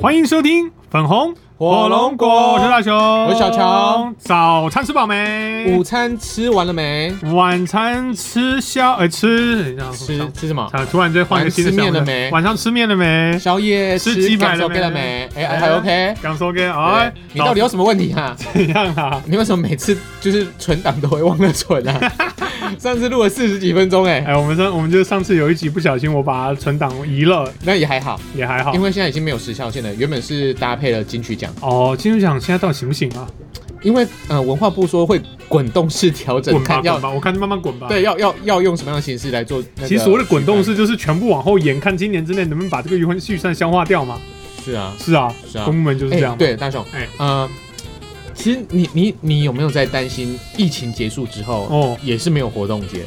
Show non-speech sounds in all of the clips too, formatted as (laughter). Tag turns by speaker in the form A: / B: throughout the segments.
A: 欢迎收听粉红
B: 火龙果
A: 我是大雄，我
B: 是小乔。
A: 早餐吃饱没
B: 午？餐吃完了没？
A: 晚餐吃宵呃吃
B: 吃吃什么？
A: 啊！突然间换一个新的
B: 晚上吃
A: 想
B: 面
A: 法
B: 了没
A: 晚上吃面了没？
B: 宵夜
A: 吃鸡排了
B: OK 了没？哎，还 OK。
A: 刚说跟
B: 哎
A: 哎，，
B: 你到底有什么问题
A: (laughs)
B: 啊？
A: 怎样啊？
B: 你为什么每次就是存档都会忘了存啊？ (laughs) 上次录了四十几分钟哎，
A: 哎，我们上我们就上次有一集不小心我把存档移了，
B: 那也还好，
A: 也还好
B: 因。为现在已经没有时效性了。原本是搭配了金曲奖，
A: 哦，金钟奖现在到底行不行啊？
B: 因为呃文化部说会滚动式调整，
A: 滚吧
B: 看要
A: 滚吧，我看慢慢滚吧。
B: 对要要要用什么样的形式来做那个
A: 其
B: 举办。
A: 实所谓的滚动式就是全部往后延，看今年之内能不能把这个余温预算消化掉嘛。
B: 是啊，
A: 是啊，
B: 是啊
A: 公部门就是
B: 哎，
A: 这样嘛。
B: 对，大雄，
A: 哎
B: 呃，其实你你你有没有在担心疫情结束之后，
A: 哦
B: 也是没有活动节？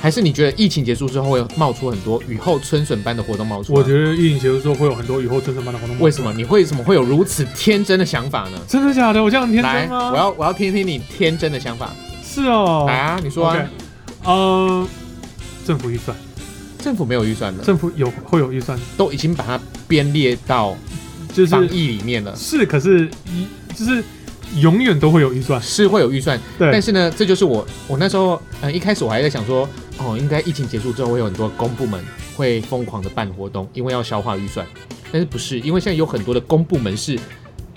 B: 还是你觉得疫情结束之后会冒出很多雨后春笋般的活动冒出来？
A: 我觉得疫情结束之后会有很多雨后春笋般的活动。
B: 为什么？你会怎么会有如此天真的想法呢？
A: 真的假的？我这样很天
B: 来
A: 真，吗？
B: 我要我要听听你天真的想法。
A: 是哦。
B: 来啊，你说啊
A: OK，呃，政府预算，
B: 政府没有预算了，
A: 政府有会有预算，
B: 都已经把它编列到
A: 就是
B: 防疫里面了，
A: 是，可是一就是永远都会有预算。
B: 是会有预算，但
A: 对，
B: 是呢，这就是我我那时候，呃，一开始我还在想说，哦，应该疫情结束之后会有很多公部门会疯狂的办活动，因为要消化预算。但是不是？因为现在有很多的公部门是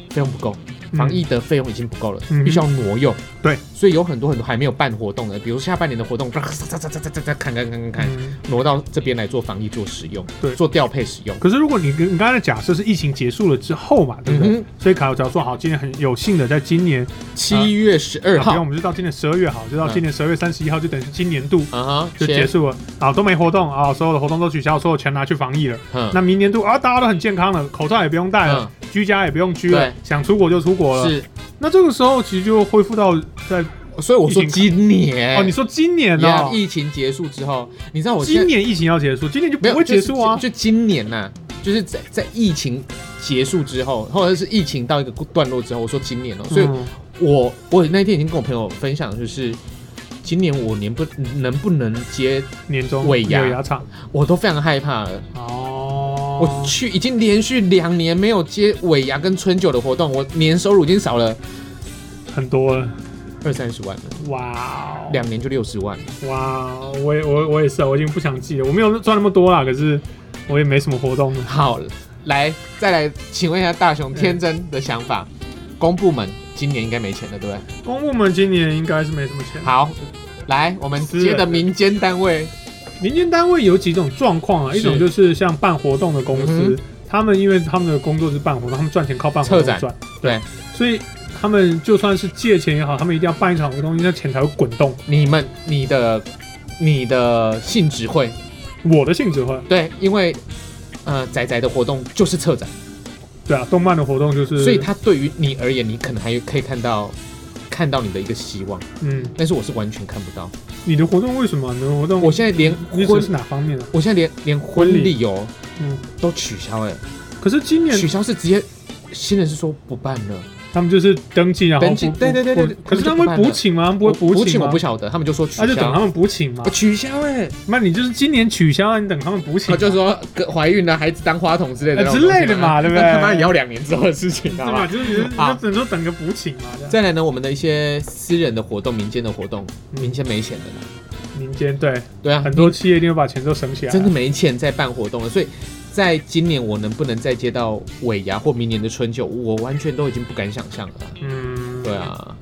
B: 费用不够，防疫的费用已经不够了，
A: 嗯哼
B: 必须要挪用。
A: 对，
B: 所以有很多很多还没有办活动的，比如下半年的活动，咔咔咔咔咔咔咔砍砍砍砍砍，
A: 嗯
B: 挪到这边来做防疫做使用，
A: 对
B: 做调配使用。
A: 可是如果你跟你刚才的假设是疫情结束了之后嘛，对不对？
B: 嗯
A: 所以卡友只要说好，今年很有幸的，在今年
B: 七月十二
A: 啊不用，
B: 号
A: 我，们就到今年十二月好，就到今
B: 嗯
A: 年十二月三十一号，就等于是今年度
B: 啊哈，
A: 就结，束了啊，都没活动啊，所有的活动都取消，所有钱拿去防疫了。
B: 嗯，
A: 那明年度啊，大家都很健康了，口罩也不用戴了，居家也不用居了
B: 对，
A: 想出国就出国了。
B: 是，
A: 那这个时候其实就恢复到在
B: 所以我说
A: 疫情
B: 今年
A: 哦，你说今年
B: 哎呀
A: 哦，
B: 疫情结束之后，你知道我现在
A: 今年疫情要结束，今年就
B: 没
A: 不
B: 有
A: 会结束啊
B: 就。是就今年呐、就是在在疫情结束之后，或者是疫情到一个段落之后，我说今年哦、所以
A: 嗯
B: 我我那天已经跟我朋友分享，就是今年我年不能不能接，
A: 年终
B: 尾牙
A: 有牙厂
B: 我都非常害怕了。我
A: 哦，
B: 去已经连续两年没有接尾牙跟春酒的活动，我年收入已经少了
A: 很多了，
B: 二三十万了，
A: 哇哦，
B: 两年就六十万。
A: 哇哦，我也我我也是啊，我已经不想记了，我没有赚那么多啦，可是我也没什么活动了。
B: 好，来再来，请问一下大雄天真的想法，公部门今年应该没钱了，对不对？
A: 公务们今年应该是没什么钱。
B: 好，来，我们接着民间单位，
A: 民间单位有几种状况啊，
B: 是
A: 一种就是像办活动的公司，
B: 嗯
A: 他们因为他们的工作是办活动，他们赚钱靠办活
B: 策
A: 动
B: 展
A: 赚，
B: 对，
A: 所以他们就算是借钱也好，他们一定要办一场活动，那钱才会滚动。
B: 你们、你的、你的性质会
A: 我的性质会，
B: 对，因为呃，仔仔的活动就是策展，
A: 对啊，动漫的活动就是，
B: 所以它对于你而言，你可能还可以看到看到你的一个希望，
A: 嗯，
B: 但是我是完全看不到。
A: 你的活动为什么你的活动？
B: 我现在连
A: 你指
B: 婚
A: 的，是哪方面啊？
B: 我现在连连
A: 婚礼
B: 婚礼哦
A: 嗯，
B: 都取消哎、
A: 可是今年
B: 取消是直接新人是说不办了，
A: 他们就是登记，然后
B: 登记
A: 不
B: 对对对对
A: 不
B: 对
A: 可是他们会
B: 他们就不办了
A: 补请吗？他们不会
B: 我补
A: 请
B: 请我
A: 吗啊
B: 不？晓得，他们就说取
A: 那、就等他
B: 消，
A: 们补请嘛
B: 我。取消哎、
A: 那你就是今年取消，你等他们补请
B: 他
A: 嘛。
B: 哦就说跟怀孕了孩子当花筒之类的
A: 呃
B: 那种
A: 之类的
B: 东西
A: 嘛对不对
B: 那他妈也要两年之后的事情，
A: 是
B: 好吧
A: 嘛？？就是你就你就
B: 好
A: 只能说等个补请嘛。这样
B: 再来呢，我们的一些私人的活动、民间的活动，民间没钱的啦，
A: 民间对
B: 对啊，
A: 很多
B: 民
A: 企业一定会把钱都啊省起来。
B: 真的没钱在办活动了，所以在今年我能不能再接到尾牙或明年的春酒，我完全都已经不敢想象了啦。
A: 嗯，
B: 对，啊，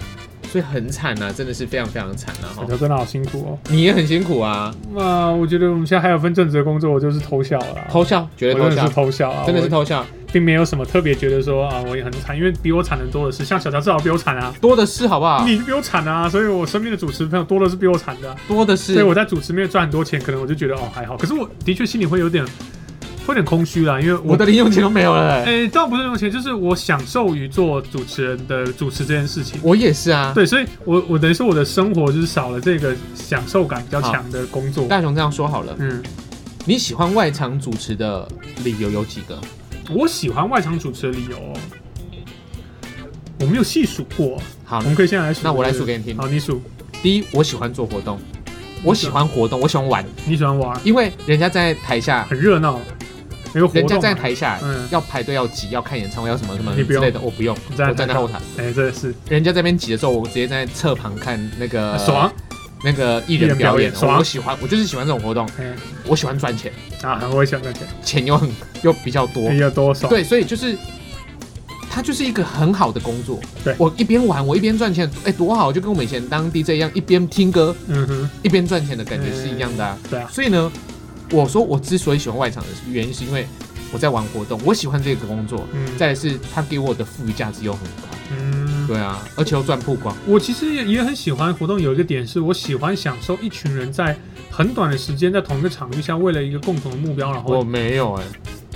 B: 所以很惨啊，真的是非常非常惨啊！
A: 小
B: 哈，
A: 乔真的好辛苦哦。
B: 你也很辛苦啊，
A: 那我觉得我们现在还有份正职的工作，我就是偷笑了啊。
B: 偷笑，
A: 我
B: 绝对
A: 真的
B: 偷笑
A: 是，偷笑啊，
B: 真的是偷笑，
A: 我并没有什么特别觉得说啊，我也很惨，因为比我惨的多的是，像小乔至少比我惨啊，
B: 多的是好不好？
A: 你比我惨啊，所以我身边的主持朋友多的是比我惨的啊，
B: 多的
A: 所以
B: 是，
A: 我在主持面赚很多钱，可能我就觉得哦还好，可是我的确心里会有点会有点空虚啦，因为
B: 我
A: 我
B: 的零用钱都没有了欸。
A: 诶、哎倒不是用钱，就是我享受于做主持人的主持这件事情。
B: 我也是啊，
A: 对，所以我我等于说我的生活就是少了这个享受感比较强的工作。
B: 大雄这样说好了，
A: 嗯，
B: 你喜欢外场主持的理由有几个？
A: 我喜欢外场主持的理由哦，我没有细数过，
B: 好
A: 我，们可以现在来数。
B: 那我来
A: 对不
B: 数
A: 对
B: 给你听
A: 好，你数，
B: 第一，我喜欢做活动，我喜欢活动，我喜欢玩，
A: 你喜欢玩，
B: 因为人家在台下
A: 很热闹。没有活动
B: 人
A: 嘛
B: 家站在台下
A: 嗯
B: 要排队要挤，要看演唱会要什么什么
A: 你
B: 之
A: 不用
B: 类的，我不用，
A: 你
B: 我
A: 站在
B: 站在后台。
A: 哎、这是
B: 人家在那边挤的时候，我直接在侧旁看那个
A: 啊爽
B: 那个艺
A: 艺人
B: 人
A: 表
B: 表演
A: 演。爽
B: 我喜欢，我就是喜欢这种活动，
A: 哎、
B: 我喜欢赚钱，
A: 啊！我也想赚钱，
B: 钱又很又比较多
A: 你，有多爽？
B: 对，所以就是它就是一个很好的工作。
A: 对
B: 我一边玩，我一边赚钱，哎、多好！就跟我们以前当 DJ 一样，一边听歌
A: 嗯哼，
B: 一边赚钱的感觉是一样的啊。
A: 对啊，
B: 所以呢，我说我之所以喜欢外场的原因，是因为我在玩活动，我喜欢这个工作。
A: 嗯，
B: 再来是它给我的赋予价值又很高，
A: 嗯，
B: 对啊，而且又赚曝光，
A: 我其实也也很喜欢活动，有一个点是我喜欢享受一群人在很短的时间，在同一个场域下，为了一个共同的目标，然
B: 我
A: 后
B: 没有哎、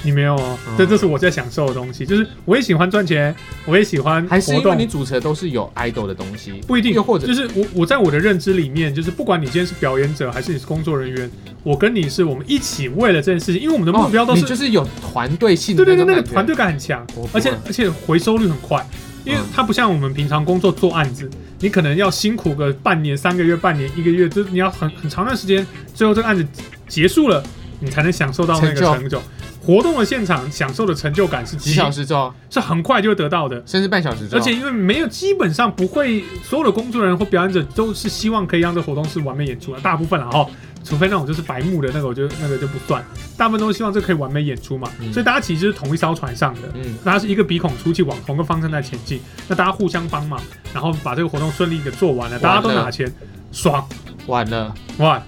A: 你没有哦，
B: 嗯
A: 这这是我在享受的东西，就是我也喜欢赚钱，我也喜欢
B: 还是
A: 活
B: 因为你
A: 动。
B: 主持的都是有 idol 的东西，
A: 不一定，
B: 又或者
A: 就是我我在我的认知里面，就是不管你今天是表演者还是你是工作人员，我跟你是我们一起为了这件事情，因为我们的目标都
B: 哦
A: 是
B: 你就是有团队性的
A: 对对对，那
B: 种
A: 个
B: 感觉
A: 团队感很强
B: 我，不
A: 而且
B: 会
A: 而且回收率很快，因为
B: 嗯
A: 它不像我们平常工作做案子，你可能要辛苦个半年、三个月、半年、一个月，就是你要很很长段时间，最后这个案子结束了，你才能享受到那个
B: 成就
A: 成就。活动的现场享受的成就感是
B: 几小时之后，
A: 是很快就会得到的，
B: 甚至半小时之后，
A: 而且因为没有基本上不会，所有的工作人员或表演者都是希望可以让这活动是完美演出的，大部分然后。除非那种就是白目的那个，我觉得那个就不算。大部分都希望这可以完美演出嘛，
B: 嗯
A: 所以大家其实就是同一艘船上的。
B: 嗯，
A: 大家是一个鼻孔出气，往同个方向在前进，那大家互相帮忙，然后把这个活动顺利的做完了，大家都
B: 完了
A: 拿钱，爽
B: 晚了，
A: 哇！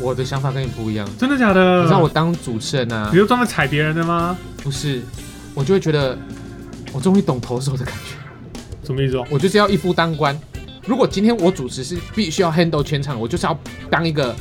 B: 我的想法跟你不一样。
A: 真的假的？
B: 你知道我当主持人啊
A: 你，就专门踩别人的吗？
B: 不是，我就会觉得我终于懂投手的感觉。 (laughs)
A: 什么意思哦？
B: 我就是要一夫当关。如果今天我主持是必须要 handle 全场，我就是要当一个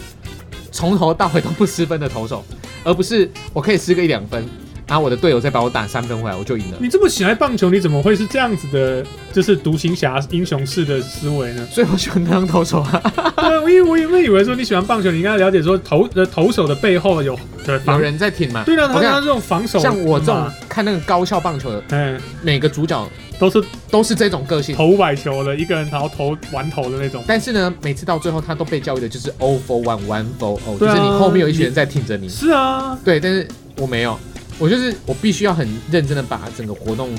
B: 从头到尾都不失分的投手，而不是我可以失个一两分，然后我的队友再把我打三分回来，我就赢了。？
A: 你这么喜爱棒球，你怎么会是这样子的，就是独行侠英雄式的思维呢
B: 所以我喜欢当投手啊，
A: 对，我以我原本以为说你喜欢棒球，你应该了解说投呃投手的背后有的
B: 有
A: 防，
B: 人在挺嘛。
A: 对啊，
B: 我嗯
A: 他
B: 跟你
A: 他
B: 讲
A: 这种防守，
B: 像我这种，看那个高校棒球的，
A: 嗯，
B: 每个主角
A: 都是
B: 都是这种个性。
A: 投五百球的，一个人然后投完投的那种。
B: 但是呢，每次到最后他都被教育的就是 O for one, one for O，、
A: 对
B: 就
A: 啊
B: 是你后面有一群人在挺着你。
A: 是啊，
B: 对，但是我没有，我就是我必须要很认真的把整个活动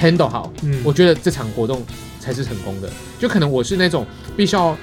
B: handle 好。
A: 嗯，
B: 我觉得这场活动才是成功的。就可能我是那种必须要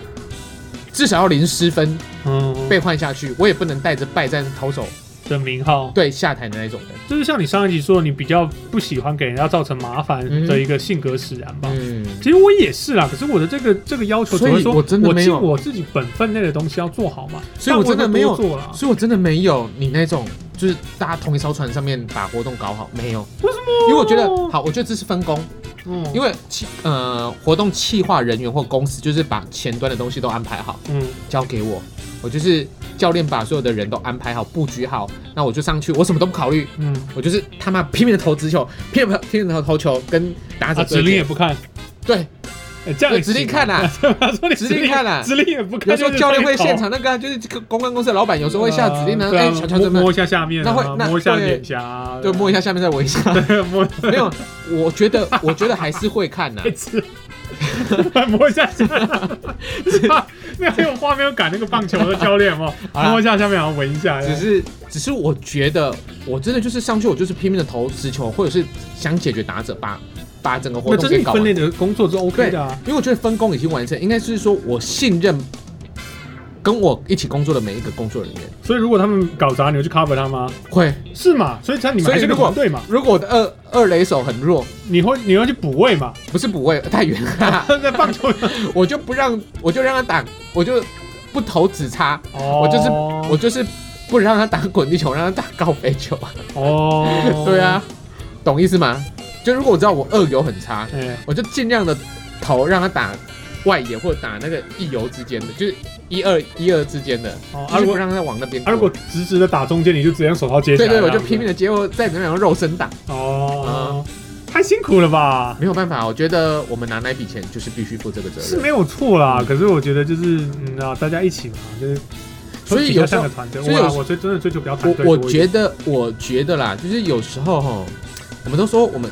B: 至少要零失分
A: 嗯
B: 被换下去，我也不能带着败战投手
A: 的名号。
B: 对下台的那种人。
A: 就是像你上一集说，你比较不喜欢给人家造成麻烦的一个性格使然吧。
B: 嗯，
A: 其实我也是啦，可是我的这个这个要求只
B: 所以
A: 会说，
B: 我真的没有
A: 尽我自己本分内的东西要做好嘛。
B: 所以我真的没有
A: 但我也会多做啦。
B: 所以我真的没有你那种，就是大家同一艘船上面把活动搞好，没有。
A: 为什么？
B: 因为我觉
A: 哦
B: 得，好，我觉得这是分工，
A: 嗯，
B: 因
A: 为
B: 为企呃活动企划人员或公司就是把前端的东西都安排好，
A: 嗯
B: 交给我，我就是教练把所有的人都安排好、布局好，那我就上去，我什么都不考虑，
A: 嗯，
B: 我就是他妈拼命的投直球，拼命拼命的投球，跟打者
A: 啊，指
B: 对
A: 令也
B: 决。
A: 不看，
B: 对，
A: 哎这样也
B: 指令
A: 行 (laughs)
B: 看啦、
A: 啊，说你
B: 指令看啦
A: 指令也不看，
B: 有时候
A: 就是
B: 教练
A: 在
B: 会
A: 投
B: 现场那个啊、就是这个公关公司的老板有时候会下指令呢、
A: 呃
B: 啊，
A: 对
B: 哎、
A: 啊
B: 小乔
A: 摸
B: 怎么样？
A: 摸一下下面啊，
B: 那会那
A: 摸一下
B: 会
A: 脸颊啊，
B: 对，摸一下下面再围一下。
A: (laughs) 对，摸
B: (laughs) 没有，我觉得我觉得还是会看啊呐、
A: 一次。 (laughs) 摸一下下， (laughs) 那很有画面感。那个棒球的教练哦，
B: (laughs) 好啦
A: 摸一下下面，然后闻一下。哎
B: 只是只是我觉得我真的就是上去我就是拼命的投直球，或者是想解决打者，把把整个活
A: 那
B: 动
A: 这是
B: 给
A: 你
B: 搞
A: 分内
B: 完。
A: 的工作是 OK 的啊。
B: 因为我觉得分工已经完成，应该是说我信任跟我一起工作的每一个工作人员。
A: 所以如果他们搞砸，你会去 cover 他吗？
B: 会，
A: 是嘛？所以才你们
B: 所以
A: 还是个
B: 如果
A: 团队嘛，
B: 如果我的二二垒手很弱，
A: 你会你要去补位
B: (laughs)
A: 嘛？
B: 不是补位太远
A: (laughs)
B: 了，啊
A: 在棒球，
B: 我就不让，我就让他打，我就不投直叉，
A: 我
B: 就是我就是不让他打滚地球，让他打高飞球。
A: 哦
B: 对啊，，懂意思吗？就如果我知道我二游很差，
A: 哎，
B: 我就尽量的投让他打外野或者打那个一游之间的，就是一二一二之间的，
A: 哦，啊
B: 就是
A: 如
B: 不
A: 果
B: 让他往那边
A: 啊
B: 过。
A: 如果直直的打中间，你就直接用手套接起
B: 对
A: 来。
B: 对，我
A: 这
B: 就
A: 样子
B: 拼命的啊接我再怎么样肉身打，
A: 哦，太辛苦了吧？
B: 没有办法，我觉得我们拿那笔钱就是必须负这个责
A: 是
B: 任。
A: 没有错啦，可是我觉得就是嗯啊，大家一起嘛，就是
B: 所以
A: 比较
B: 有时
A: 像
B: 候
A: 个，团队。
B: 所以
A: 我啊
B: 有时
A: 我最真的追求比较团队
B: 我
A: 多一
B: 我
A: 点。
B: 觉得我觉得啦，就是有时候哈，我们都说我们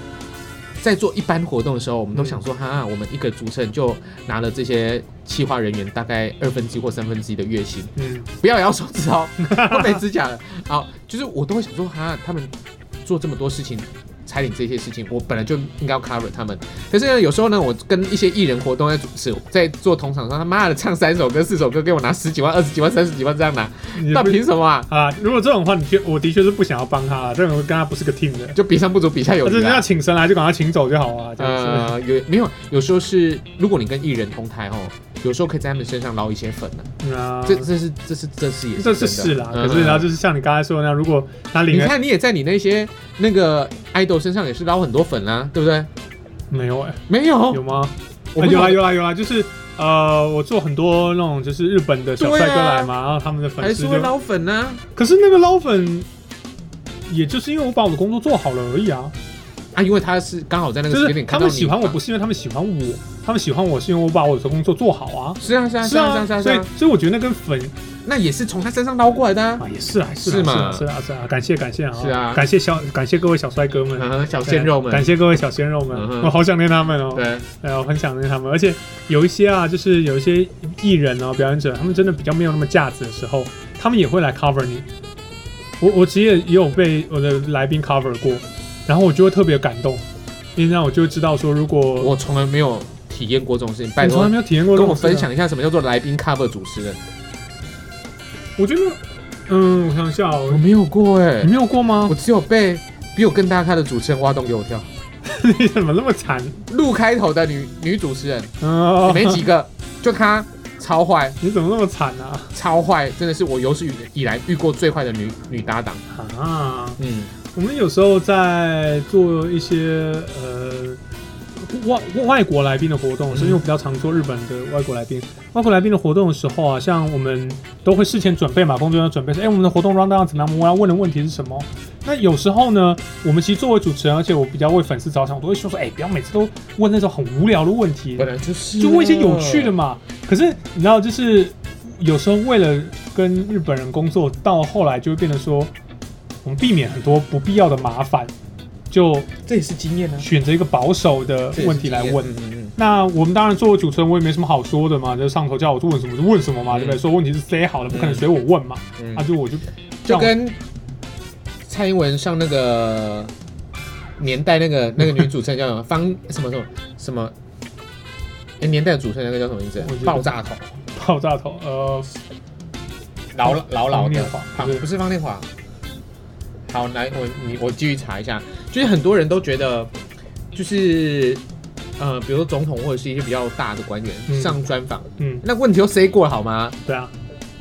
B: 在做一般活动的时候，我们都
A: 嗯
B: 想说哈，我们一个主持人就拿了这些企划人员大概二分之一或三分之一的月薪，
A: 嗯，
B: 不要咬手指哦，我没指甲了。好，就是我都会想说，哈，他们做这么多事情，彩领这些事情，我本来就应该要 cover 他们。可是呢，有时候呢，我跟一些艺人活动在主持，在做同场上，他妈的唱三首歌、四首歌，给我拿十几万、二十几万、三十几万这样拿，
A: 你
B: 那
A: 不
B: 凭什么啊？
A: 啊，如果这种话，你确我的确是不想要帮他啦，这种跟他不是个 team 的，
B: 就比上不足，比下有
A: 他
B: 余
A: 真的
B: 啊
A: 要。请神来就赶快请走就好啊，这样子。
B: 呃，有没有？有时候是，如果你跟艺人同台哦，有时候可以在他们身上捞一些粉呢、
A: 嗯啊，
B: 这这是这是这是也
A: 这是
B: 真
A: 是
B: 的啊嗯
A: 啦，可是然后就是像你刚才说的那样，如果他领
B: 你
A: 了
B: 看，你也在你那些那个 idol 身上也是捞很多粉啦、啊对不对？
A: 没有哎，
B: 没有，
A: 有吗？
B: 我
A: 啊
B: 不
A: 有啦
B: 有，
A: 有啦有啦，就是呃，我做很多那种就是日本的小
B: 对啊
A: 帅哥来嘛，然后他们的
B: 还
A: 粉丝
B: 是会
A: 就，
B: 捞粉啊呢、
A: 可是那个捞粉，也就是因为我把我的工作做好了而已啊，
B: 啊，因为他是刚好在那个
A: 就
B: 时间
A: 是
B: 点
A: 他
B: 看到
A: 们
B: 你
A: 喜欢我不是因为他们喜欢我，他们喜欢我是因为我把我的工作做好啊，
B: 是啊是啊是啊是啊是啊，是
A: 所以
B: 啊
A: 所以我觉得那跟粉
B: 那也是从他身上捞过来的啊。
A: 啊也是啊是啊
B: 是
A: 是
B: 嘛
A: 啊是啊是啊，感谢感谢啊，
B: 是啊
A: 感谢小感谢各位小帅哥们。
B: 嗯，小鲜肉
A: 感
B: 们，
A: 谢各位小鲜肉们
B: 嗯，哼
A: 我好想念他们哦。
B: 对，
A: 哎，我很想念他们，而且有一些啊，就是有一些艺人哦，表演者，他们真的比较没有那么架子的时候，他们也会来 cover 你。我我其实也也有被我的来宾 cover 过，然后我就会特别感动，因为那我就会知道说，如果
B: 我从来没有体验过这种事情，拜
A: 你从
B: 托
A: 来没有体验过这
B: 跟
A: 种
B: 我
A: 事啊
B: 分，享一下什么叫做来宾 cover 主持人，
A: 我觉得，嗯，我想一下哦，
B: 我没有过哎、
A: 你没有过吗 (laughs)
B: 我？只有被比我更大咖的主持人挖洞给我跳。
A: 你怎么那么惨？
B: 路开头的女女主持人
A: 嗯，
B: 没几个，就她超坏，
A: 你怎么那么惨啊？
B: 超坏，真的是我有史以来遇过最坏的女女搭档。
A: 啊，
B: 嗯，
A: 我们有时候在做一些呃外外国来宾的活动，是因为我比较常做日本的外国来宾。外国来宾的活动的时候啊，像我们都会事前准备嘛，工作人员准备说，哎，我们的活动 round down 怎么样？我们要问的问题是什么？那有时候呢，我们其实作为主持人，而且我比较为粉丝着想，我都会说说，哎，不要每次都问那种很无聊的问题，
B: 本来就是啊
A: 就问一些有趣的，嘛。
B: 嗯
A: 可是你知道，就是有时候为了跟日本人工作，到后来就会变得说，我们避免很多不必要的麻烦，就
B: 这也是经验啊。
A: 选择一个保守的问题来问。
B: 嗯嗯
A: 那我们当然作为主持人，我也没什么好说的嘛，就是上头叫我去问什么就问什么嘛，
B: 嗯
A: 对不对？说问题是 say 好了，不可能随我问嘛。
B: 嗯，
A: 啊，就我就
B: 就跟蔡英文上那个年代
A: (laughs)
B: 那个那个女主持人叫什么方什么什么什么。哎，年代的主持人那个叫什么名字
A: 我觉？得
B: 爆炸头，
A: 爆炸头，呃，
B: 老老老
A: 方
B: 的
A: 念华，
B: 方
A: 对
B: 不是方念华。好，来我你我继续查一下，就是很多人都觉得，就是呃，比如说总统或者是一些比较大的官员、
A: 嗯
B: 上专访，
A: 嗯，
B: 那问题都塞过了好吗？
A: 对啊，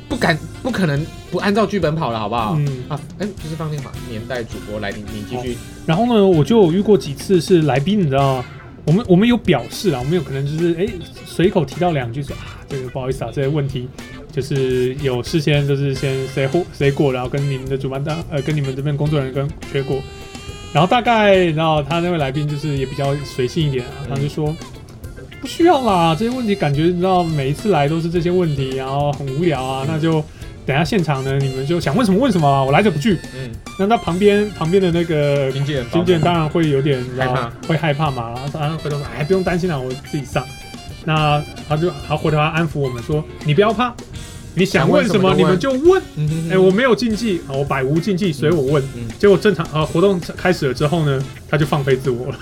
B: 不敢不可能不按照剧本跑了好不好？
A: 嗯。
B: 啊，哎、不是方念华，年代主播来，你你继续，
A: 然后呢，我就有遇过几次是来宾，你知道吗？我们我们有表示啊，我们有可能就是哎随口提到两句说啊，这个不好意思啊，这些问题就是有事先就是先谁过谁过，然后跟你们的主办单呃跟你们这边工作人员跟学过，然后大概然后他那位来宾就是也比较随性一点啊，他就说。不需要啦，这些问题感觉你知道，每一次来都是这些问题，然后很无聊啊。那就等一下现场呢，你们就想问什么问什么啊，我来者不拒。
B: 嗯，
A: 那他旁边旁边的那个
B: 经纪人
A: 军舰当然会有点
B: 害怕
A: 然后会害怕嘛，然后当然回头说，哎，不用担心啦，我自己上。那他就他回头他安抚我们说，你不要怕，你想问什么
B: 想问
A: 你
B: 什么
A: 们就问。
B: 嗯哼哼
A: 哎、我没有禁忌啊，我百无禁忌，随我问。
B: 嗯
A: 结果正常呃活动开始了之后呢，他就放飞自我了。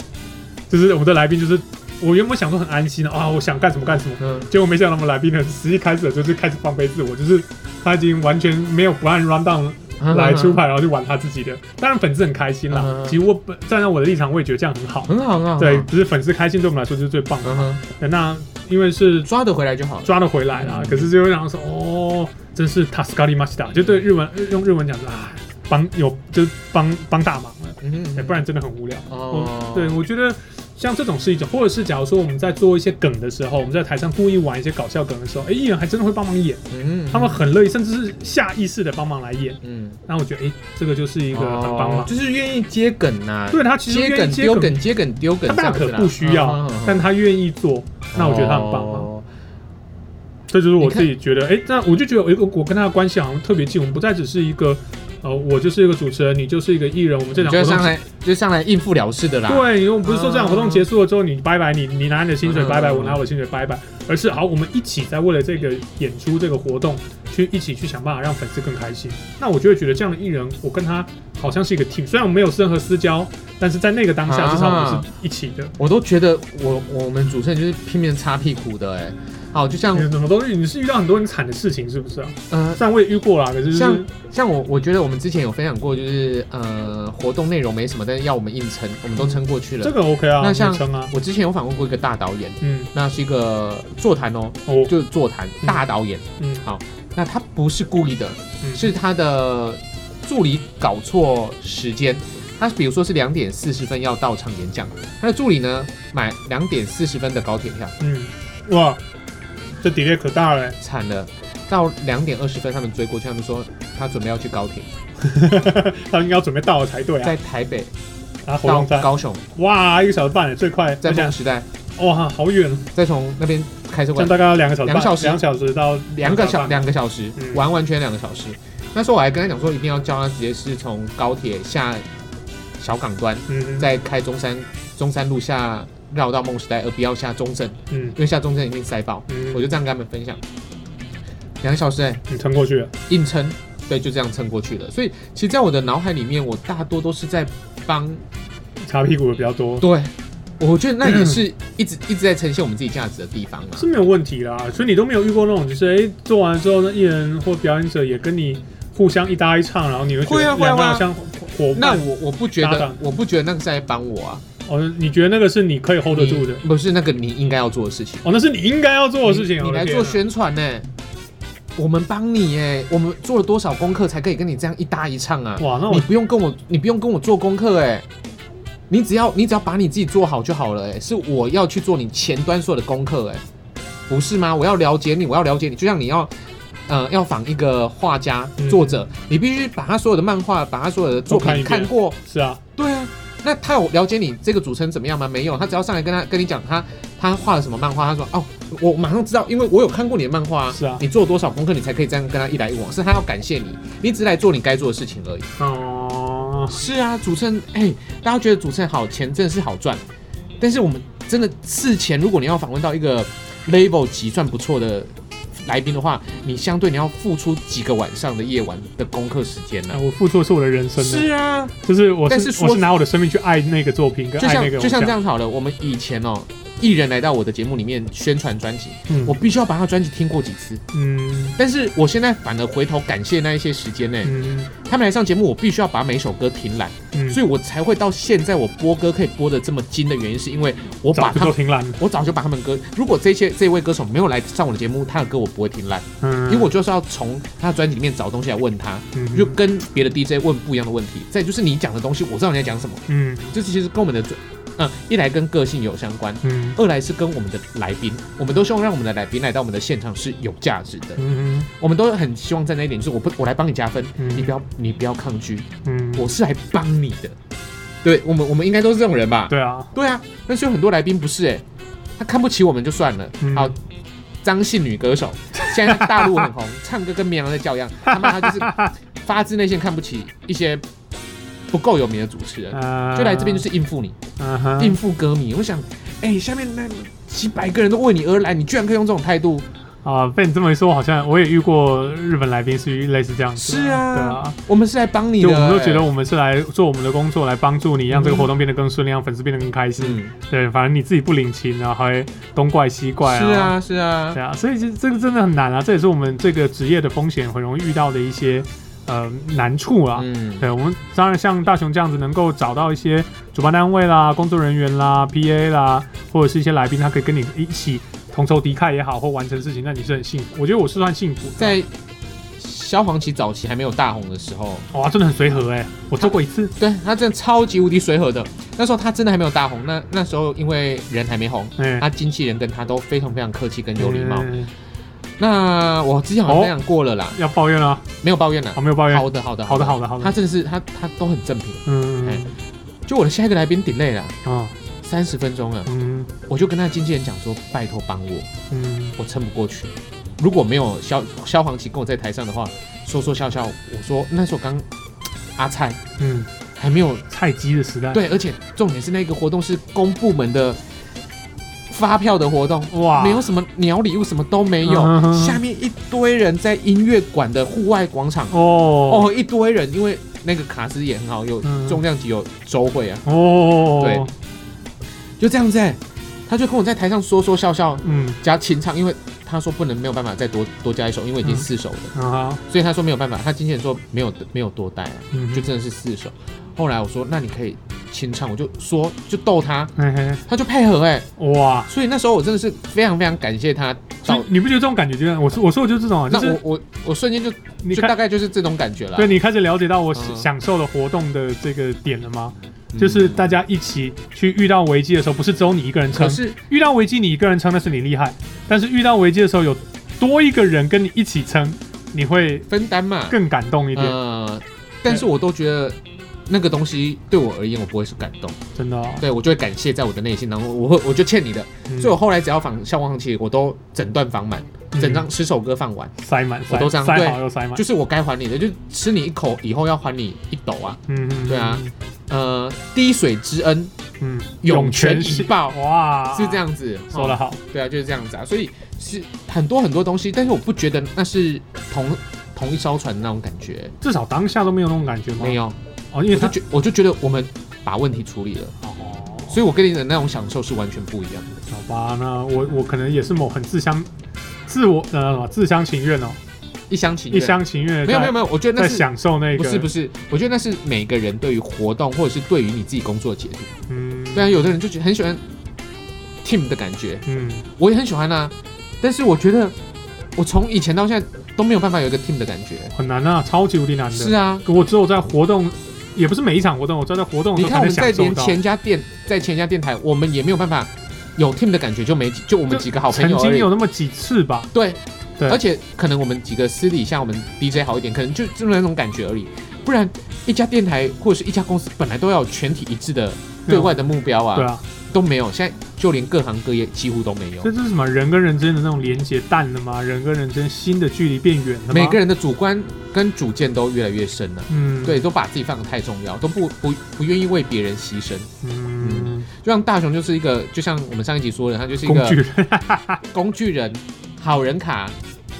A: (laughs) 就是我们的来宾，就是我原本想说很安心的啊，我想干什么干什么，
B: 嗯
A: 结果没想到我们来宾呢，实际开始了就是开始放飞自我，就是他已经完全没有不按 round down
B: (laughs)
A: 来出，牌，然后就玩他自己的。当然粉丝很开心啦。
B: 嗯
A: 其实我本站在我的立场，我也觉得这样很好。
B: 很好很好，
A: 对，，只是粉丝开心对我们来说就是最棒的。
B: 嗯哼，
A: 那因为是
B: 抓得回来就好了，
A: 抓了回来啦，
B: 嗯
A: 可是就会让他说哦，真是 t a s k a r i m a s t a 就对日文用日文讲说啊，帮有就是帮帮大忙了，
B: 嗯哼嗯
A: 对
B: 哼，
A: 哎不然真的很无聊。
B: 哦
A: 哦，，对，我觉得像这种是一种，或者是假如说我们在做一些梗的时候，我们在台上故意玩一些搞笑梗的时候，哎，艺人还真的会帮忙演，
B: 嗯，
A: 他们很乐意，甚至是下意识的帮忙来演。
B: 嗯。
A: 那我觉得，哎、这个就是一
B: 一
A: 个很帮忙。
B: 哦就是愿意接梗呐、
A: 哦对他其实
B: 接
A: 愿
B: 梗
A: 意
B: 丢梗接梗丢梗，
A: 他大
B: 这样
A: 可
B: 子啦
A: 不需要，
B: 嗯嗯嗯
A: 但他愿意做，那我觉得他很棒啊嘛。
B: 哦
A: 这就是
B: 你
A: 我
B: 看
A: 自己觉得，哎、那我就觉得我我跟他的关系好像特别近，我们不再只是一个，呃，我就是一个主持人，你就是一个艺人，我们这
B: 你
A: 场
B: 就
A: 活
B: 上
A: 动。
B: 来就上来应付了事的啦。
A: 对，因为我们不是说这场活
B: 嗯
A: 动结束了之后，你拜拜，你你拿你的薪水
B: 嗯
A: 拜拜，我
B: 嗯
A: 拿我的薪水拜拜，而是好，我们一起在为了这个演出、这个活动，去一起去想办法让粉丝更开心。那我就会觉得这样的艺人，我跟他好像是一个 team，虽然我们没有任何私交，但是在那个当下，
B: 啊
A: 至少我们是一起的。
B: 我都觉得我我们主持人就是拼命擦屁股的哎、好，就像
A: 你怎么都是你是遇到很多很惨的事情，是不是啊？
B: 呃，
A: 虽然我也遇过啦，可是、就是、
B: 像像我，我觉得我们之前有分享过，就是呃，活动内容没什么，但是要我们硬撑，我们都撑过去
A: 这
B: 了。
A: 个 OK 啊，
B: 那像
A: 女生啊，
B: 我之前有访问过一个大导演，
A: 嗯，
B: 那是一个座谈哦，
A: 哦，
B: 就是座谈
A: 嗯
B: 大导演。
A: 嗯
B: 那他不是故意的，
A: 嗯
B: 是他的助理搞错时间。他比如说是两点四十分要到场演讲，他的助理呢买两点四十分的高铁票，
A: 嗯，哇，这 delay 可大了欸、
B: 惨了。到两点二十分，他们追过去，他们说他准备要去高铁，
A: 他应该要准备到了才对啊，
B: 在台北
A: 啊，活
B: 到
A: 动站，
B: 高雄，
A: 哇，一个小时半欸，最快，
B: 在
A: 而且
B: 梦时代，
A: 哇，好远哦，
B: 再从那边开车
A: 这
B: 过来
A: 样，大概要两个小时半，
B: 两个小时
A: 两小时到
B: 两个小
A: 半
B: 两个小时，
A: 嗯
B: 完完全两个小时。那时候我还跟他讲说，一定要叫他直接是从高铁下小港端，
A: 嗯，
B: 再开中山中山路下绕到梦时代，而不要下中正，
A: 嗯
B: 因为下中正已经塞爆。
A: 嗯，
B: 我就这样跟他们分享，两个小时哎、
A: 你撑过去了，
B: 硬撑，对，就这样撑过去了。所以其实，在我的脑海里面，我大多都是在帮
A: 擦屁股的比较多。
B: 对。我觉得那也是 (coughs) 一直一直在呈现我们自己价值的地方啊嘛
A: 是。没有问题啦，所以你都没有遇过那种，就是哎、做完之后呢，艺人或表演者也跟你互相一搭一唱，然后你就觉
B: 会啊
A: 得
B: 会
A: 两
B: 啊会
A: 个
B: 啊
A: 好像伙
B: 那
A: 伴。
B: 我我不觉
A: 搭
B: 得
A: 档，
B: 我不觉得那个是在帮我啊。
A: 哦，你觉得那个是你可以 hold 得住的？
B: 你不是那个你应该要做的事情。
A: 哦，那是你应该要做的事情。
B: 你你
A: 我的
B: 来
A: 天
B: 做
A: 啊
B: 宣传呢、我们帮你哎、我们做了多少功课才可以跟你这样一搭一唱啊？
A: 哇，那
B: 你
A: 我
B: 不用跟我，你不用跟我做功课哎、你只要你只要把你自己做好就好了哎、是我要去做你前端所有的功课哎、不是吗？我要了解你，我要了解你，就像你要。呃，要仿一个画家、
A: 嗯
B: 作者，你必须把他所有的漫画，把他所有的作
A: 都看一
B: 品
A: 遍
B: 看过，
A: 是啊，
B: 对啊，那他有了解你这个主持人怎么样吗？没有，他只要上来跟他跟你讲他他画了什么漫画，他说哦，我马上知道，因为我有看过你的漫画、啊，
A: 是啊
B: 你做了多少功课，你才可以这样跟他一来一往，是他要感谢你，你只是来做你该做的事情而已。
A: 哦，
B: 是啊，主持人，哎、大家觉得主持人好，钱真的是好赚，但是我们真的事前，如果你要访问到一个 level 级算不错的来宾的话，你相对你要付出几个晚上的夜晚的功课时间呢、
A: 那哎我付出的是我的人生呢，
B: 是啊，
A: 就是我
B: 但
A: 是
B: 是说
A: 我是拿我的生命去爱那个作品，跟
B: 就
A: 爱那个
B: 像
A: 偶
B: 就
A: 像
B: 像这。样好了，我们以前哦，艺人来到我的节目里面宣传专辑，
A: 嗯
B: 我必须要把他专辑听过几次。
A: 嗯
B: 但是我现在反而回头感谢那一些时间呢、
A: 嗯
B: 他们来上节目，我必须要把每首歌听烂，
A: 嗯，
B: 所以我才会到现在我播歌可以播的这么精的原因，是因为我
A: 早
B: 把
A: 就
B: 他
A: 都
B: 们。
A: 挺懒的。
B: 我早就把他们歌，如果这些这位歌手没有来上我的节目，他的歌我不会听烂，
A: 嗯，
B: 因为我就是要从他的专辑里面找东西来问他，
A: 嗯
B: 就跟别的 DJ 问不一样的问题。再就是你讲的东西，我知道你在讲什么，
A: 嗯
B: 这其实跟我们的准，嗯、一来跟个性有相关，
A: 嗯
B: 二来是跟我们的来宾，我们都希望让我们的来宾来到我们的现场是有价值的，
A: 嗯
B: 我们都很希望在那一点，就是我不我来帮你加分，
A: 嗯
B: 你不要你不要抗拒，
A: 嗯，
B: 我是来帮你的。对我们我们应该都是这种人吧？
A: 对啊，
B: 对啊，但是有很多来宾不是哎、他看不起我们就算了，
A: 嗯
B: 好。张姓女歌手现在在大陆
A: (laughs)
B: 很红，唱歌跟绵羊在叫样，他妈他就是发自内心看不起一些不够有名的主持人，
A: 啊
B: 就来这边就是应付你。
A: 嗯哼
B: 应付歌迷。我想，哎、下面那几百个人都为你而来，你居然可以用这种态度？
A: 啊，被你这么一说，好像我也遇过日本来宾是类似这样子的。
B: 是啊
A: 对啊，
B: 我们是来帮你的、
A: 就我们都
B: 哎
A: 觉得我们是来做我们的工作，来帮助你，让这个
B: 嗯
A: 活动变得更顺利，让粉丝变得更开心。
B: 嗯，
A: 对，反正你自己不领情，然后还东怪西怪
B: 是啊，是啊，
A: 对啊，所以这这个真的很难啊，这也是我们这个职业的风险很容易遇到的一些呃难处啊。
B: 嗯，
A: 对，我们当然像大雄这样子，能够找到一些主办单位啦、工作人员啦、PA 啦，或者是一些来宾，他可以跟你一起同仇敌忾也好，或完成事情，那你是很幸福。我觉得我是算幸福的，
B: 在萧煌奇早期还没有大红的时候，
A: 哇，真的很随和哎、我做过一次，
B: 对他真的超级无敌随和的。那时候他真的还没有大红，那那时候因为人还没红，
A: 哎、
B: 他经纪人跟他都非常非常客气跟有礼貌。
A: 嗯
B: 那我之前好像分享过了啦，
A: 要抱怨了，
B: 没有抱怨了
A: 我。没有抱怨，
B: 好的，好的，
A: 好的，好的，好
B: 他
A: 的，
B: 真的是他他都很正品。
A: 嗯
B: 哎就我的下一个来宾 delay 了
A: 啊，
B: 三十分钟了，啊
A: 嗯
B: 我就跟他经纪人讲说，拜托帮我，
A: 嗯
B: 我撑不过去。如果没有萧萧煌奇跟我在台上的话，说说笑笑，我说那时候刚阿菜
A: 嗯，
B: 还没有
A: 菜鸡的时代，
B: 对，而且重点是那个活动是公部门的发票的活动，
A: 哇，
B: 没有什么鸟礼物，什么都没有
A: 嗯哼哼。
B: 下面一堆人在音乐馆的户外广场，
A: 哦
B: 哦，一堆人，因为那个卡斯也很好，有
A: 嗯
B: 重量级有周会啊，
A: 哦，
B: 对，就这样子、欸。他就跟我在台上说说笑笑
A: 嗯
B: 加清唱，因为他说不能没有办法再多多加一首，因为已经
A: 嗯
B: 四首了，
A: 啊，
B: 所以他说没有办法。他经纪人说没有没有多带啊，
A: 嗯哼
B: 就真的是四首。后来我说那你可以清唱，我就说就逗他，
A: 嘿嘿，
B: 他就配合哎、
A: 哇，
B: 所以那时候我真的是非常非常感谢他
A: 所
B: 到
A: 以。你不觉得这种感觉就是我说我说的就是这种啊，就
B: 那
A: 是
B: 我我我瞬间就
A: 你
B: 就
A: 看
B: 大概就是这种感觉了。
A: 对你开始了解到我
B: 嗯
A: 享受的活动的这个点了吗？
B: 嗯，
A: 就是大家一起去遇到危机的时候，不是只有你一个人撑
B: 可，是
A: 遇到危机你一个人撑那是你厉害，但是遇到危机的时候有多一个人跟你一起撑，你会
B: 分担嘛，
A: 更感动一点，
B: 呃，但是我都觉得那个东西对我而言，我不会是感动，
A: 真的、哦。
B: 对我就会感谢在我的内心当中，我会我就欠你的，
A: 嗯
B: 所以我后来只要访校望期，我都整段访满，
A: 嗯
B: 整张十首歌放完，
A: 塞满，塞
B: 我都这样
A: 塞
B: 对
A: 好又塞满，
B: 就是我该还你的，就吃你一口，以后要还你一斗啊，
A: 嗯嗯，
B: 对啊，呃，滴水之恩，
A: 嗯，
B: 涌泉以报。
A: 哇，
B: 是这，样子，
A: 啊说
B: 了。
A: 得好，
B: 对啊，就是这样子啊，所以是很多很多东西，但是我不觉得那是同同一艘船的那种感觉，
A: 至少当下都没有那种感觉吗？
B: 没，有，
A: 哦，因
B: 我
A: 为
B: 就
A: 他，
B: 觉我就觉得我们把问题处理了，
A: 哦，
B: 所以我跟你的那种享受是完全不一样的。
A: 好吧，那我我可能也是某很自相自我呃什么自相情愿哦，
B: 一厢情
A: 一
B: 愿，
A: 厢情愿，
B: 没有没有没有，我觉得那
A: 在
B: 是
A: 享受那个，
B: 不是不
A: 是，
B: 是？我觉得那是每个人对于活动或者是对于你自己工作的解读。
A: 嗯，
B: 对啊，有的人就觉得很喜欢 team 的感觉，
A: 嗯，
B: 我也很喜欢啊，但是我觉得我从以前到现在都没有办法有一个 team 的感觉。
A: 很难啊，超级无敌难的，
B: 是啊，
A: 我只有在活动，也不是每一场活动，我只有在活动的
B: 你
A: 时候
B: 看
A: 才能
B: 我们在
A: 享受
B: 连
A: 到。
B: 前家店，在前家电台，我们也没有办法有 team 的感觉，就没几就我们几个好朋
A: 曾
B: 友而
A: 经
B: 已
A: 有。那么几次吧，
B: 对，
A: 对
B: 而且可能我们几个私底下我们 DJ 好一点，可能就就那种感觉而已。不然一家电台或者是一家公司本来都要有全体一致的对外的目标啊，
A: 对啊，
B: 都没有。现在就连各行各业几乎都没有
A: 这，就是什么人跟人之间的那种连接淡了吗？人跟人之间心的距离变远了吗？
B: 每个人的主观跟主见都越来越深了、
A: 嗯，
B: 对，，都把自己放得太重要，都不不不愿意为别人牺牲。
A: 嗯，
B: 就像大雄就是一个，就像我们上一集说的，他就是一个
A: 工具人
B: 工具人、好人卡、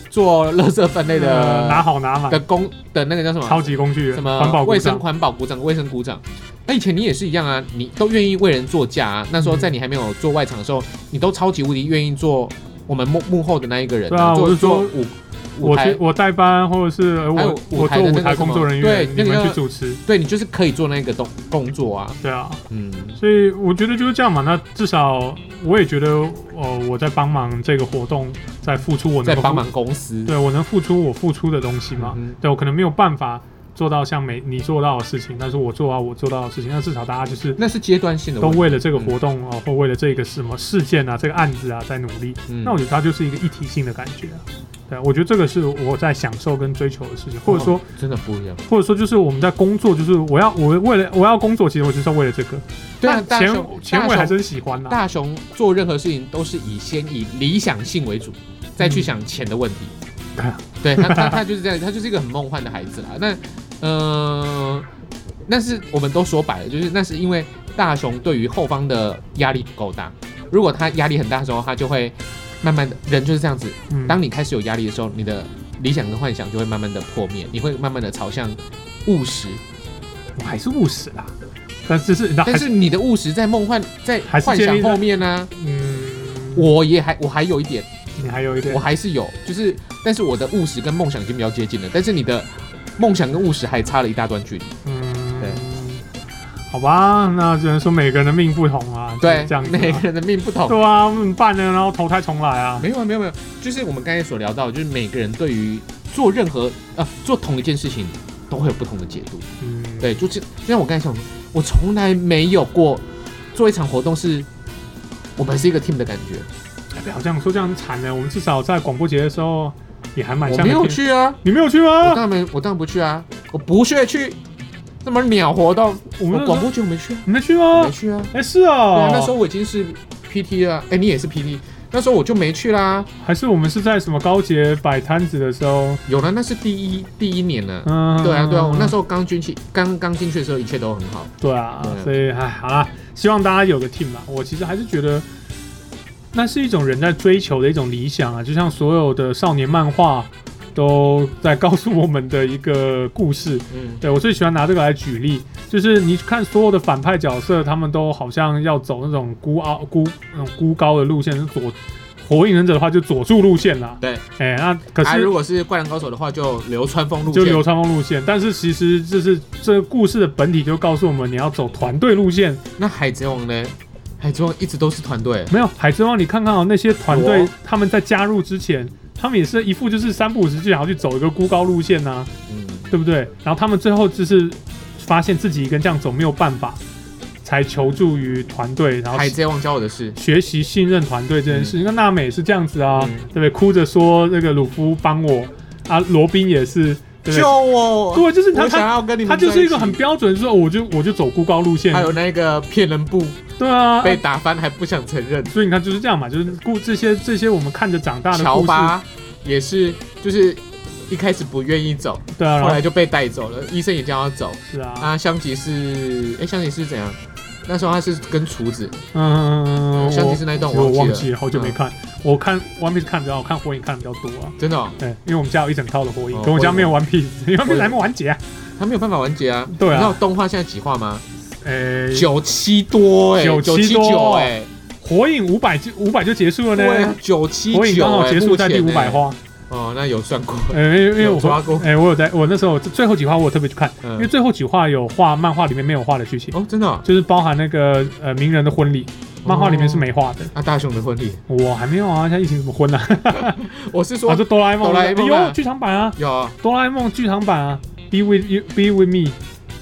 B: 做垃圾分类
A: 呃拿
B: 的
A: 好拿满
B: 的，工的那个叫什么
A: 超级工具人，
B: 什
A: 环
B: 么
A: 保鼓
B: 卫生
A: 掌，
B: 环保鼓掌、卫生鼓掌。那以前你也是一样啊，你都愿意为人做嫁啊。
A: 嗯
B: 那时候在你还没有做外场的时候，你都超级无敌愿意做我们幕幕后的那一个人、
A: 对啊我
B: 做
A: 是说
B: 做舞舞
A: 我去
B: 台，
A: 我代班，或者是呃
B: 还有
A: 我
B: 舞
A: 我
B: 台
A: 做
B: 的
A: 舞
B: 那个
A: 台
B: 什么
A: 工作人
B: 对
A: 员，
B: 那
A: 你
B: 个
A: 们
B: 叫
A: 去主持，
B: 对你就是可以做那个动工作啊。
A: 对啊，
B: 嗯，
A: 所以我觉得就是这样嘛。那至少我也觉得，呃，我在帮忙这个活动，在付出我
B: 在
A: 能够
B: 帮忙公司。
A: 对啊我能付出我付出的东西嘛？
B: 嗯哼
A: 对我可能没有办法做到像每你做到的事情，但是我做到我做到的事情，那至少大家就是
B: 那是嗯阶段性的
A: 都
B: 问题。
A: 为了这个活动哦、或为了这个什么事件啊、这个案子啊在努力。
B: 嗯
A: 那我觉得它就是一个一体性的感觉啊。对啊，我觉得这个是我在享受跟追求的事情，或者说，
B: 哦真的不一样。
A: 或者说就是我们在工作，就是我要我为了我要工作，其实我就是要为了这个。
B: 对啊，
A: 但
B: 大
A: 前
B: 雄
A: 前
B: 大
A: 尾还
B: 雄
A: 真喜欢呐、
B: 大雄做任何事情都是以先以理想性为主，再去想钱的问题。
A: 嗯
B: 对他，他他就是这样，他就是一个很梦幻的孩子啦。那，呃，那是我们都说白了，就是那是因为大雄对于后方的压力不够大。如果他压力很大的时候，他就会慢慢的，人就是这样子。
A: 嗯，
B: 当你开始有压力的时候，你的理想跟幻想就会慢慢的破灭，你会慢慢的朝向务实。
A: 我还是务实啦，但是是那
B: 但
A: 啊还
B: 是你的务实在梦幻在
A: 还是
B: 幻
A: 建
B: 想
A: 立在
B: 后面呢、
A: 嗯，
B: 我也还我还有一点。
A: 你还有一点
B: 我还是有，就是但是我的务实跟梦想已经比较接近了，但是你的梦想跟务实还差了一大段距离。
A: 嗯，
B: 对
A: 好吧，那只能说每个人的命不同啊，就是
B: 对
A: 这样，子、
B: 每
A: 啊
B: 个。人的命不同。
A: 对啊，我们办了，然后投胎重来啊。
B: 没有啊，没有没有，就是我们刚才所聊到，就是每个人对于做任何呃做同一件事情都会有不同的解读。
A: 嗯，，
B: 对，就是就像我刚才想，我从来没有过做一场活动是我们是一个 team 的感觉，
A: 不要这样说，这样很惨的。我们至少在广播节的时候也还蛮
B: 我
A: 像。
B: 没有，去啊，
A: 你没有去
B: 我
A: 吗？
B: 当然没，我当然不去啊，我不屑去这么鸟活动，
A: 我们那时
B: 我
A: 候
B: 广播剧我没去啊，
A: 你没去
B: 我
A: 吗
B: 没？去啊。
A: 哎，是哦。
B: 对啊，那时候我已经是 PT 了，哎、你也是 PT，那时候我就没去啦。
A: 还是我们是在什么高捷摆摊子的时候。
B: 有了，那是第一第一年呢。
A: 嗯，
B: 对啊，对啊，我那时
A: 候
B: 候刚进去，刚刚进去的时候，一切都很好。
A: 对啊，
B: 对
A: 啊所以哎，好啦，希望大家有个 team 啦。我其实还是觉得，那是一种人在追求的一种理想啊，就像所有的少年漫画都在告诉我们的一个故事。
B: 嗯，
A: 对我最喜欢拿这个来举例，就是你看所有的反派角色，他们都好像要走那种孤傲、孤那种孤高的路线，是左火影忍者的话就佐助路线啦。
B: 对，
A: 哎、那可
B: 啊，
A: 是
B: 如果是灌篮高手的话，就流川枫路
A: 就
B: 线，
A: 流川枫路线，但是其实就是这个故事的本体就告诉我们，你要走团队路线。
B: 那海贼王呢？海贼王一直都是团队，
A: 没有海贼王，你看看啊，那些团
B: 有
A: 队
B: 哦
A: 他们在加入之前，他们也是一副就是三不五时就想要去走一个孤高路线呐、啊
B: 嗯，
A: 对不对？然后他们最后就是发现自己一个人这样走没有办法，才求助于团队，然后
B: 海贼王教我的是，
A: 学习信任团队这件事。情。那娜美也是这样子啊，
B: 嗯
A: 对不对？哭着说那个鲁夫帮我啊，罗宾也是，对不对？
B: 我，
A: 对，就是他
B: 啊我想
A: 他
B: 要跟你们
A: 他就是一个很
B: 在起，
A: 标准，说我就我就走孤高路线
B: 还，有那个骗人部
A: 对啊。
B: 被打翻还不想承认，
A: 所以你看就是这样嘛，就是故这些这些我们看着长大的
B: 乔
A: 故事，
B: 巴也是，就是一开始不愿意走，
A: 对啊，然
B: 后
A: 后
B: 来就被带走了，医生也叫他走。
A: 是啊，
B: 啊，香吉是，哎，香吉是怎样？那时候他是跟厨子，
A: 嗯，
B: 香吉是那一段
A: 我
B: 忘
A: 忘
B: 了，嗯
A: 记了，好久没看。我看 One Piece 看比较，我看火影看比较多啊。
B: 真的哦，
A: 对，因为我们家有一整套的火影，
B: 哦
A: 可我家没有 One Piece，因为 One
B: 火
A: Piece
B: 影
A: 还没完结啊。
B: 他没有办法完结啊。
A: 对
B: 你知道
A: 啊，
B: 动画现在几话吗？
A: 诶，
B: 九七多哎，
A: 九
B: 七
A: 七多
B: 九哎，
A: 火影五百就五百就结束了
B: 对啊
A: 呢，，
B: 九七
A: 火影
B: 九
A: 刚好
B: 哎，
A: 结束在第
B: 目
A: 五
B: 前
A: 百。
B: 哎
A: 话。
B: 哦，那有算过，
A: 呃，因为因为
B: 有
A: 我
B: 抓过
A: 哎，我有在我那时候最后几话我有特别去看，因为
B: 嗯，
A: 最后几话有画漫画里面没有画的剧情，
B: 哦，真哦的哦
A: 就是包含那个呃鸣人的婚礼，漫画里面是没画的。
B: 啊，大雄的婚礼，
A: 我还没有啊，现在疫情怎么婚啊？
B: 我是
A: (laughs) 啊，
B: 说
A: 就哆啦 A 梦，
B: 哆啦 A 梦啊
A: 哎呦剧场版啊，
B: 有啊
A: 哆啦 A 梦剧场版啊，Be with you, Be with me，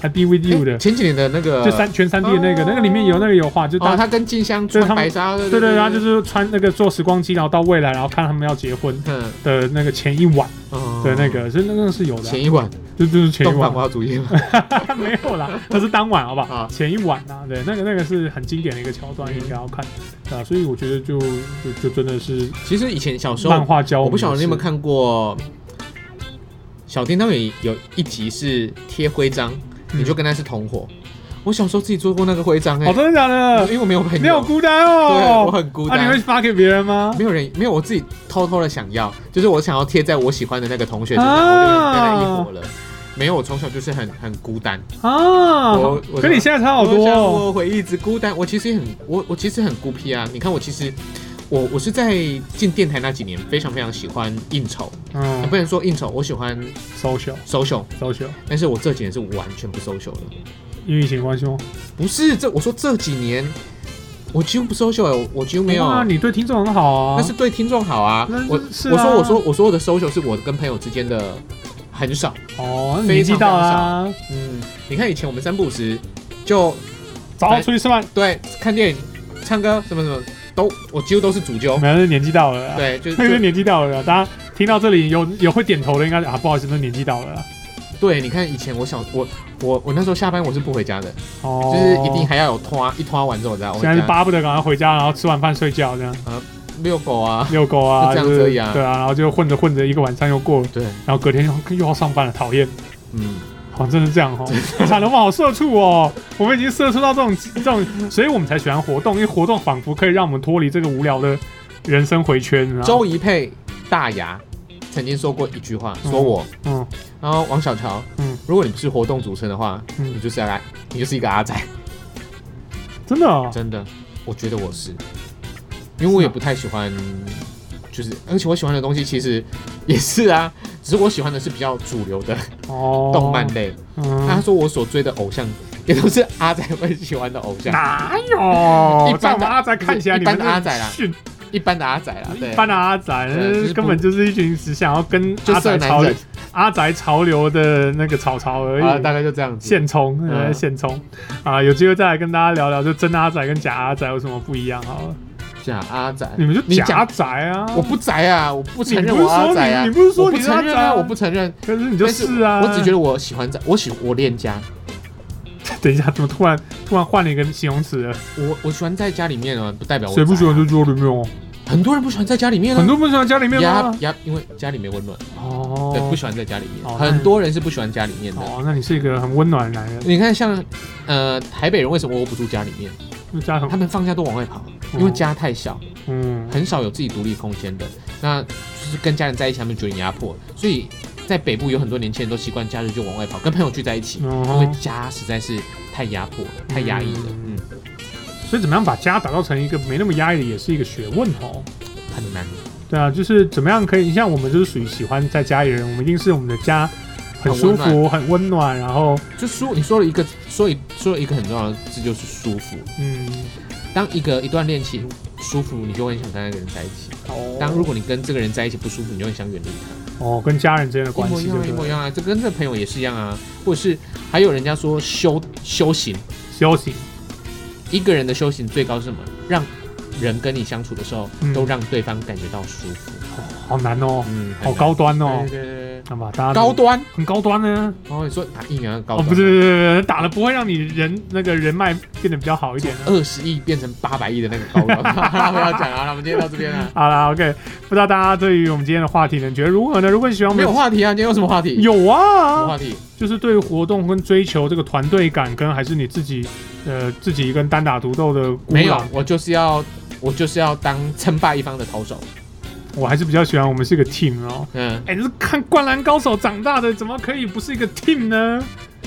A: 还 Be with you 的
B: 诶，前几年的那哎个
A: 就三全三 D 的那个，
B: 哦
A: 那个里面有那个有画，就
B: 哦，
A: 大
B: 他跟静香
A: 就是
B: 穿
A: 他们
B: 白纱，对
A: 对对，然后就是是穿那个坐时光机，然后到未来，然后看他们要结婚
B: 嗯
A: 的那个前一晚
B: 哦
A: 的那个，所以那个是有的啊，
B: 前一晚
A: 就就是前一
B: 动漫
A: 晚
B: 我，要主页嘛，
A: (laughs) 没有啦，那是当晚好不好
B: 啊？
A: 前一晚啊，对，那个那个是很经典的一个桥段，应该要看啊，所以我觉得就就就真的是
B: 其实以前小时候
A: 漫画教
B: 我
A: 们
B: 不晓得你有没有
A: 的
B: 看过《小叮当》里有一集是贴徽章，
A: 嗯
B: 你就跟他是同伙。我小时候自己做过那个徽章、
A: 事
B: 欸，
A: 哦，真的假的
B: 因？为我没有朋友，
A: 你好孤单
B: 对我
A: 哦，
B: 很孤
A: 啊，
B: 单。
A: 你会发给别人吗？
B: 没有人，没有我自己偷偷的想要，就是我想要贴在我喜欢的那个同学身上，
A: 啊
B: 我就跟他一伙了。没有，我从小就是很很孤单，
A: 啊
B: 我，我
A: 跟你现在差好多
B: 我想
A: 哦。
B: 我会一直孤单。我其实也很，我我其实很孤僻啊。你看我其实，我我是在进电台那几年，非常非常喜欢应酬，啊
A: 嗯
B: 不能说应酬，我喜欢
A: ，social
B: social。
A: social，
B: 但是我这几年是完全不 social 的，
A: 因为疫情关系吗？哦
B: 不是这我说这几年我几乎不 social，了我我几乎没有，
A: 啊，你对听众很好啊。
B: 那是对听众好啊。
A: 那
B: 我
A: 是啊
B: 我说我说我说我的 social 是我跟朋友之间的很少，
A: 哦，
B: 非
A: 年纪
B: 常
A: 大啦，
B: 嗯，你看以前我们三不五时就
A: 早上出去吃饭，
B: 对看电影、唱歌什么什么都，我几乎都是主揪，
A: 没有，那啊年纪到了啦。
B: 对，就
A: 那个
B: 就是
A: 年纪到了啦，大家听到这里有有会点头的，应该是啊，不好意思，那年纪到了啦。
B: 对，你看以前我小我我我那时候下班我是不回家的，
A: 哦，
B: 就是一定还要有拖一拖完之后，你知道我
A: 现在是
B: 家
A: 巴不得赶快回家，然后吃完饭睡觉
B: (laughs)
A: 这样，
B: 遛狗啊，
A: 遛狗啊，
B: 就这样
A: 就
B: 子而
A: 是
B: 已啊
A: 对啊，然后就混着混着一个晚上又过了，
B: 对，
A: 然后隔天又又要上班了，讨厌。
B: 嗯。
A: 哦，真是这
B: (laughs)
A: 样哦！惨了，我们好社畜哦，我们已经社畜到这种这种，所以我们才喜欢活动，因为活动仿佛可以让我们脱离这个无聊的人生回圈。你知道吗
B: 周怡佩大牙曾经说过一句话，
A: 嗯
B: 说我，
A: 嗯
B: 然后王小乔，
A: 嗯
B: 嗯，如果你不是活动主持人的话，你
A: 嗯，
B: 就是阿，你就是一个阿仔，
A: 真的、哦，
B: 真的，我觉得我是，因为我也不太喜欢，就是，而且我喜欢的东西其实也是啊，只是我喜欢的是比较主流的
A: 哦，
B: 动漫类。他
A: 嗯，
B: 说我所追的偶像也都是阿仔会喜欢的偶像，
A: 哪有？
B: (laughs) 一
A: 在
B: 般的
A: 我们阿宅看起来，
B: 一般的
A: 你们
B: 阿宅啦
A: 训
B: 一般的阿仔啦，对
A: 一，般的阿宅
B: 对就是，不
A: 根本就是一群只想要跟
B: 就
A: 阿
B: 色
A: 宅
B: 男
A: 潮
B: 人
A: 流、阿宅潮流的那个草草而
B: 啊，
A: 已。
B: 大概就这样子。
A: 现充，呃，
B: 嗯
A: 现充啊！有机会再来跟大家聊聊，就真阿宅跟假阿宅有什么不一样好了。
B: 假阿仔，
A: 你们就
B: 你
A: 假
B: 讲
A: 宅啊！
B: 我不宅啊，我不承
A: 你
B: 认
A: 不是
B: 我阿
A: 说
B: 宅啊，
A: 你你不是说
B: 我
A: 你
B: 不
A: 是阿
B: 承
A: 宅
B: 认啊，我不承认，
A: 可是你就是啊！
B: 我只觉得我喜欢宅，我喜我恋家，
A: 得， (laughs) 等一下怎么突然突然换了一个形容词了？
B: 我我喜欢在家里面啊，不代表我
A: 谁不
B: 宅
A: 喜欢
B: 啊
A: 就桌里面哦？
B: 很多人不喜欢在家里面啊，
A: 很多不喜欢家里面
B: 呀
A: 吗？
B: 呀，因为家里没温暖，
A: 哦，
B: 对，不喜欢在家里面，
A: 哦那哦
B: 很多人是不喜欢家里面的。
A: 哦，那你是一个很温暖的男人
B: 你看像呃台北人为什么窝不住家里面？
A: 那家
B: 他
A: 很
B: 们放假都往外
A: 哦
B: 跑，因为家太小，
A: 嗯
B: 很少有自己独立空间的。那就是跟家人在一起，他们觉得很压迫，所以在北部有很多年轻人都习惯假日就往外跑，跟朋友聚在一起，
A: 嗯
B: 因为家实在是太压迫了，太压抑了，
A: 嗯
B: 哦嗯，
A: 所以怎么样把家打造成一个没那么压抑的，也是一个学问哦。
B: 很难，
A: 对啊，就是怎么样可以，你像我们就是属于喜欢在家里人，我们一定是我们的家很舒
B: 很温
A: 服、很温暖，然后
B: 就舒，你说了一个，所以说了一个很重要的字就是舒服。
A: 嗯，
B: 当一个一段恋情舒服，你就会很想跟那个人在一起；当如
A: 哦，
B: 果你跟这个人在一起不舒服，你就会想远离他。
A: 哦，跟家人之间的
B: 一
A: 关
B: 模一
A: 系
B: 样
A: 对
B: 啊，一
A: 不
B: 模一
A: 对？
B: 样啊！这跟这朋友也是一样啊，或者是还有人家说修修行，
A: 休息，
B: 一个人的修行最高是什么？让人跟你相处的时候，
A: 嗯
B: 都让对方感觉到舒服。
A: 好难哦，
B: 嗯，
A: 好高端哦
B: 哦，对，对对对
A: 那么大家
B: 高端。
A: 很高端呢。
B: 哦，你说打疫苗的高
A: 哦，
B: 端？
A: 不是，不是不是，打了不会让你人那个人脉变得比较好一点的。
B: 二十亿变成八百亿的那个高 (laughs) 端。好啦，不要讲啊，那我们今天到这边了。
A: 好啦 o k 不知道大家对于我们今天的话题呢，你觉得如何呢？如果你喜欢我
B: 没
A: 们
B: 有话题啊，今天有什么话题？
A: 有
B: 什么
A: 啊
B: 话，题？
A: 就是对于活动跟追求这个团队感，跟还是你自己，呃，自己一个人单打独斗的孤
B: 没有
A: 狼，
B: 我就是要我就是要当称霸一方的投手。
A: 我还是比较喜欢我们是一个 team 哦。
B: 嗯
A: 哎，这是看《灌篮高手》长大的，怎么可以不是一个 team 呢？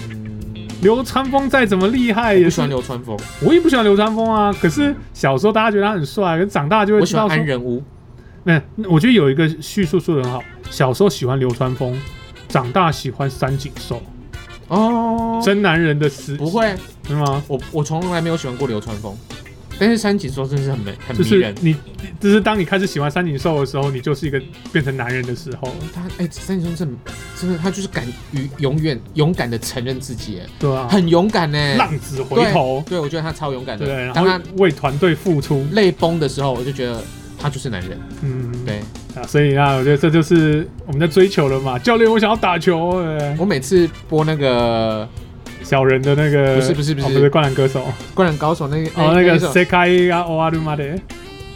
B: 嗯，
A: 流川枫再怎么厉害，
B: 我
A: 也
B: 不
A: 是
B: 喜欢流川枫，
A: 我也不喜欢流川枫啊。可是小时候大家觉得他很帅，可是长大就会
B: 我
A: 知
B: 喜
A: 道
B: 欢
A: 说
B: 安，仁屋。
A: 那、我觉得有一个叙述说的很好，小时候喜欢流川枫，长大喜欢三井寿，
B: 哦，
A: 真男人的死
B: 不会，
A: 是吗？
B: 我我从来没有喜欢过流川枫，但是山井说真的是很美很
A: 就
B: 迷
A: 是
B: 人。
A: 你，就是当你开始喜欢三井寿的时候，你就是一个变成男人的时候了，
B: 他哎，山井说真的真的，他就是敢于永远勇敢的承认自己，
A: 对啊，
B: 很勇敢呢。
A: 浪子回头，
B: 对，我觉得他超勇敢
A: 对不对，
B: 的。
A: 然
B: 当他
A: 后为团队付出，
B: 泪崩的时候，我就觉得他就是男人。
A: 嗯，
B: 对
A: 啊，所以啊，我觉得这就是我们在追求了嘛。教练，我想要打球，呃
B: 我每次播那个
A: 小人的那个
B: 不是不是不是
A: 哦不是灌篮歌手，
B: 《灌篮高手》那个
A: 哦，那个
B: 一首
A: Sekai a o a r u m a d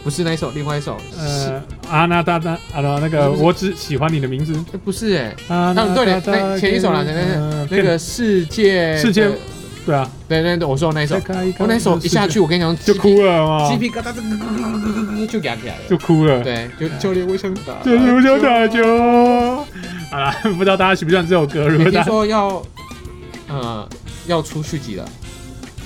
B: 不是那一首，另外一首是
A: 呃，阿那达达，啊，那个
B: 不是
A: 我只喜欢你的名字。
B: 欸不是哎、
A: 啊
B: 嗯对了那前一首啦那那
A: (laughs)
B: 那个世界
A: 世界
B: 的
A: 对啊，
B: 对对对，我说的那一首，我那一首一下去，我跟你讲，
A: (laughs) 就哭了嘛
B: 鸡，皮疙瘩这个就给他起来了。
A: 就哎哭了。
B: 对，就教练，我想打，
A: 这是我想打球。好啦，不知道大家喜不喜欢这首歌？如
B: 你
A: 果大
B: 听
A: 家
B: 说要呃要出续集了，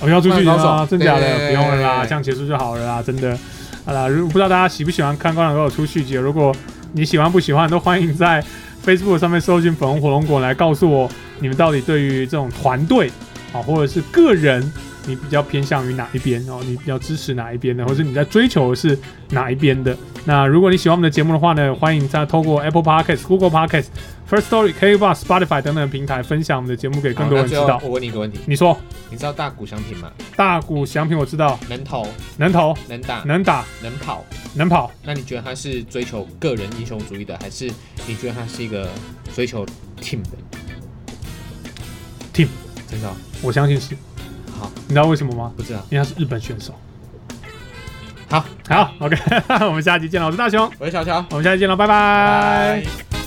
A: 我要出去啊，真假的
B: 对对对对
A: 不用了啦，
B: 对
A: 这样结束就好了啦，真的。好啦，如不知道大家喜不喜欢看《灌篮高手》出续集，如果你喜欢不喜欢，都欢迎在 Facebook 上面搜寻“粉红火龙果”来告诉我你们到底对于这种团队啊，或者是个人，你比较偏向于哪一边哦？你比较支持哪一边的，或者你在追求的是哪一边的？那如果你喜欢我们的节目的话呢，欢迎在透过 Apple Podcast、Google Podcast、First Story、KBox、Spotify 等等的平台分享我们的节目给更多人
B: 好那
A: 知
B: 最后
A: 道。
B: 我问你一个问题，
A: 你说
B: 你知道大谷翔平吗？
A: 大谷翔平，我知道。
B: 能投、
A: 能投、
B: 能打、
A: 能打、
B: 能跑，
A: 能跑，
B: 那你觉得他是追求个人英雄主义的，还是你觉得他是一个追求 team 的
A: Team
B: 真的哦、
A: 我相信是。
B: 好，
A: 你知道为什么吗？
B: 不知道。
A: 因为他是日本选手。
B: 好，
A: (laughs) 好，OK，我们下期见了，我是大雄，
B: 我是小乔，
A: 我们下期见了，拜拜
B: 拜。